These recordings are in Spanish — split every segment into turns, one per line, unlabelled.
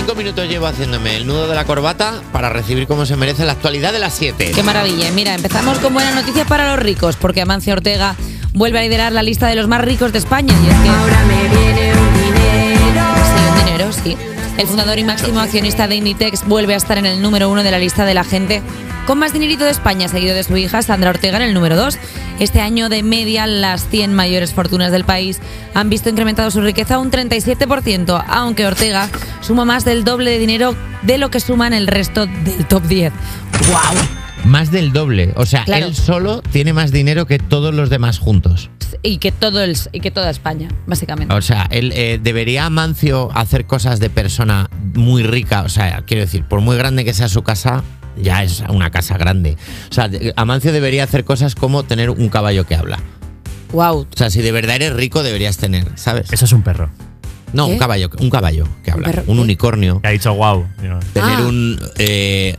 cinco minutos llevo haciéndome el nudo de la corbata para recibir como se merece la actualidad de las 7.
Qué maravilla. Mira, empezamos con buenas noticias para los ricos, porque Amancio Ortega vuelve a liderar la lista de los más ricos de España. Y es que... Ahora me viene un dinero. Sí, un dinero, sí. El fundador y máximo accionista de Inditex vuelve a estar en el número uno de la lista de la gente con más dinerito de España, seguido de su hija Sandra Ortega en el número 2. Este año de media, las 100 mayores fortunas del país han visto incrementado su riqueza un 37%, aunque Ortega suma más del doble de dinero de lo que suman el resto del top 10. ¡Wow!
Más del doble. O sea,
Claro.
él solo tiene más dinero que todos los demás juntos.
Y que, todo el, y que toda España, básicamente.
O sea, él eh, debería Mancio hacer cosas de persona muy rica. O sea, quiero decir, por muy grande que sea su casa, ya es una casa grande. O sea, de- Amancio debería hacer cosas como tener un caballo que habla.
¡Wow!
O sea, si de verdad eres rico, deberías tener, ¿sabes?
Eso es un perro.
No,
¿Qué?
un caballo, un caballo que habla.
perro?
un unicornio.
Que ha dicho wow.
Tener
Ah.
un. eh,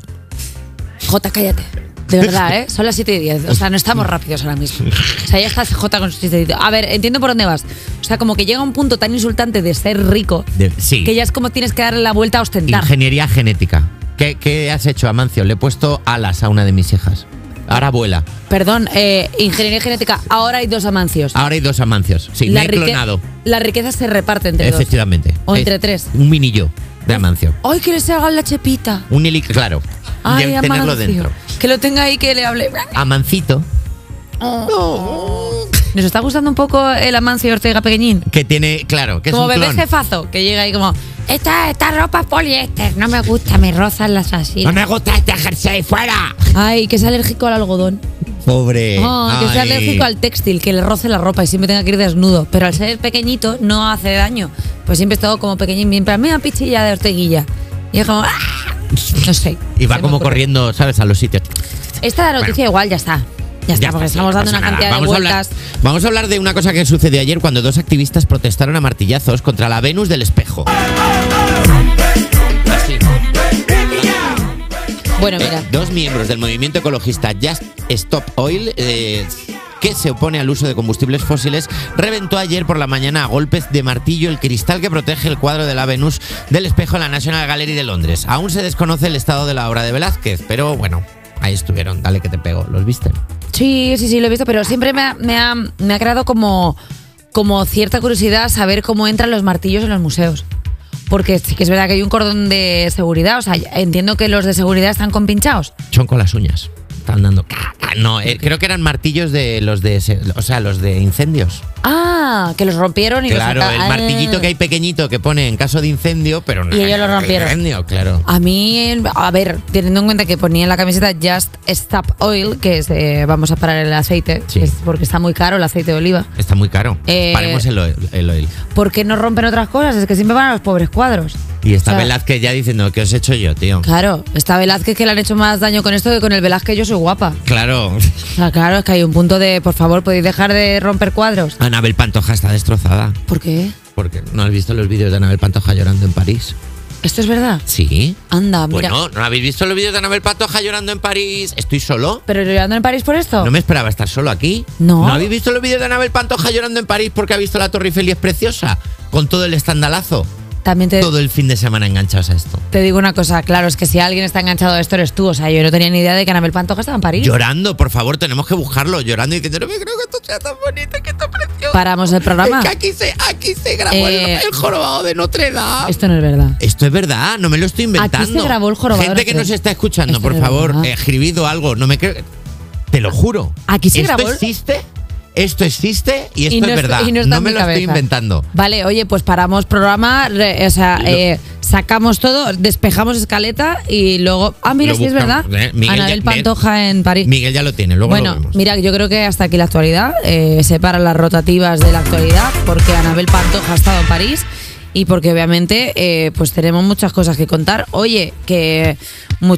Jota, cállate. De verdad, ¿eh? Son las 7 y 10. O sea, no estamos rápidos ahora mismo. O sea, ya estás Jota con sus chistecitos. A ver, entiendo por dónde vas. O sea, como que llega un punto tan insultante de ser rico
de- sí.
que ya es como tienes que darle la vuelta a ostentar.
Ingeniería genética. ¿Qué, qué has hecho, Amancio? Le he puesto alas a una de mis hijas. Ahora vuela.
Perdón, eh, ingeniería genética. Ahora hay dos amancios.
Ahora hay dos Amancios. Ah, Sí, me he
rique-
clonado.
la riqueza se reparte entre dos.
Efectivamente.
O entre
Es
tres.
Un mini yo de Amancio.
¡Ay, que les hagan la chepita!
Un heli, claro.
¡Ay,
Debe tenerlo
Amancio.
dentro.
Que lo tenga ahí, que le hable.
Amancito,
Nos está gustando un poco el Amancio Ortega pequeñín.
que tiene, claro, que
como
es un
bebé
clon.
jefazo, que llega ahí como... Esta, esta ropa es poliéster, no me gusta, me rozan las
No
asinas.
me gusta este jersey fuera.
Ay, que es alérgico al algodón.
Pobre.
Oh, que sea
Ay.
alérgico al textil, que le roce la ropa y siempre tenga que ir desnudo. Pero al ser pequeñito no hace daño. Pues siempre he estado como pequeñín, bien, pero una pichilla de orteguilla. Y es como... ¡ah! No sé.
Y
Se
va
me
como
ocurre.
corriendo, ¿sabes? A los sitios.
Esta noticia igual ya está. Ya está,
Ya
porque
está, sí,
estamos
no
dando
pasa
una
nada.
cantidad de
Vamos a hablar-
vueltas.
vamos a hablar de una cosa que sucedió ayer cuando dos activistas protestaron a martillazos contra la Venus del espejo. Así.
Bueno,
Eh,
mira.
dos miembros del movimiento ecologista Just Stop Oil, eh, que se opone al uso de combustibles fósiles, reventó ayer por la mañana a golpes de martillo el cristal que protege el cuadro de la Venus del espejo en la National Gallery de Londres. Aún se desconoce el estado de la obra de Velázquez, pero bueno, ahí estuvieron. Dale que te pego, ¿los viste?
Sí, sí, sí, lo he visto, pero siempre me ha, me ha, me ha creado como, como cierta curiosidad saber cómo entran los martillos en los museos. Porque sí que es verdad que hay un cordón de seguridad. O sea, entiendo que los de seguridad están compinchados.
Son con las uñas. Están dando. ca- ca- No, eh, creo que eran martillos de los de. se- O sea, los de incendios.
Ah, que los rompieron y
Claro,
los saca-
el
Ah.
martillito que hay pequeñito que pone en caso de incendio, pero no.
Y ellos lo rompieron.
Incendio, claro.
Ah. A mí, a ver, teniendo en cuenta que ponía en la camiseta Just Stop Oil, que es eh, vamos a parar el aceite,
Sí.
que es porque está muy caro el aceite de oliva.
Está muy caro.
Eh,
Paremos el oil. el oil.
¿Por qué no rompen otras cosas? Es que siempre van a los pobres cuadros.
Y está
o sea-
Velázquez ya diciendo, ¿qué os he hecho yo, tío?
Claro, está Velázquez que le han hecho más daño con esto que con el Velázquez yo soy guapa.
Claro.
O sea, claro, es que hay un punto de, por favor, podéis dejar de romper cuadros.
Anabel Pantoja está destrozada.
¿Por qué?
Porque no has visto los vídeos de Anabel Pantoja llorando en París.
¿Esto es verdad?
Sí.
Anda, Ah, mira.
Bueno, ¿no habéis visto los vídeos de Anabel Pantoja llorando en París? ¿Estoy solo?
¿Pero llorando en París por esto?
No me esperaba estar solo aquí.
No.
¿No habéis visto los vídeos de Anabel Pantoja llorando en París porque ha visto la Torre Eiffel y es preciosa? Con todo el estandalazo.
También te,
Todo el fin de semana enganchados a esto.
te digo una cosa, claro, es que si alguien está enganchado a esto eres tú. O sea, yo no tenía ni idea de que Anabel Pantoja estaba en París.
Llorando, por favor, tenemos que buscarlo. Llorando y diciendo, no me creo que esto sea tan bonito, que esto es precioso.
Paramos el programa.
Es que aquí se, aquí se grabó
Eh,
el, el jorobado de Notre Dame.
Esto no es verdad.
Esto es verdad, no me lo estoy inventando.
Aquí se grabó el jorobado de
Gente que
Notre
nos está escuchando,
Esto
por
es
favor,
verdad.
eh, escribido algo. No me creo. Te lo juro.
Aquí se
¿Esto
grabó el-
existe? Esto existe y esto
Y no
es
está-
verdad.
y no
No,
está en
me
mi
lo
cabeza.
estoy inventando.
Vale, oye, pues paramos programa, re- o sea,
Lo-
eh, sacamos todo, despejamos escaleta y luego. Ah, mira,
Lo
sí es
buscamos,
verdad.
eh. Miguel
Anabel
ya-
Pantoja en París.
Miguel ya lo tiene, luego lo
Eh, Bueno,
vemos.
mira, yo creo que hasta aquí la actualidad. Eh, separan las rotativas de la actualidad porque Anabel Pantoja ha estado en París y porque obviamente eh, pues tenemos muchas cosas que contar. Oye, que much-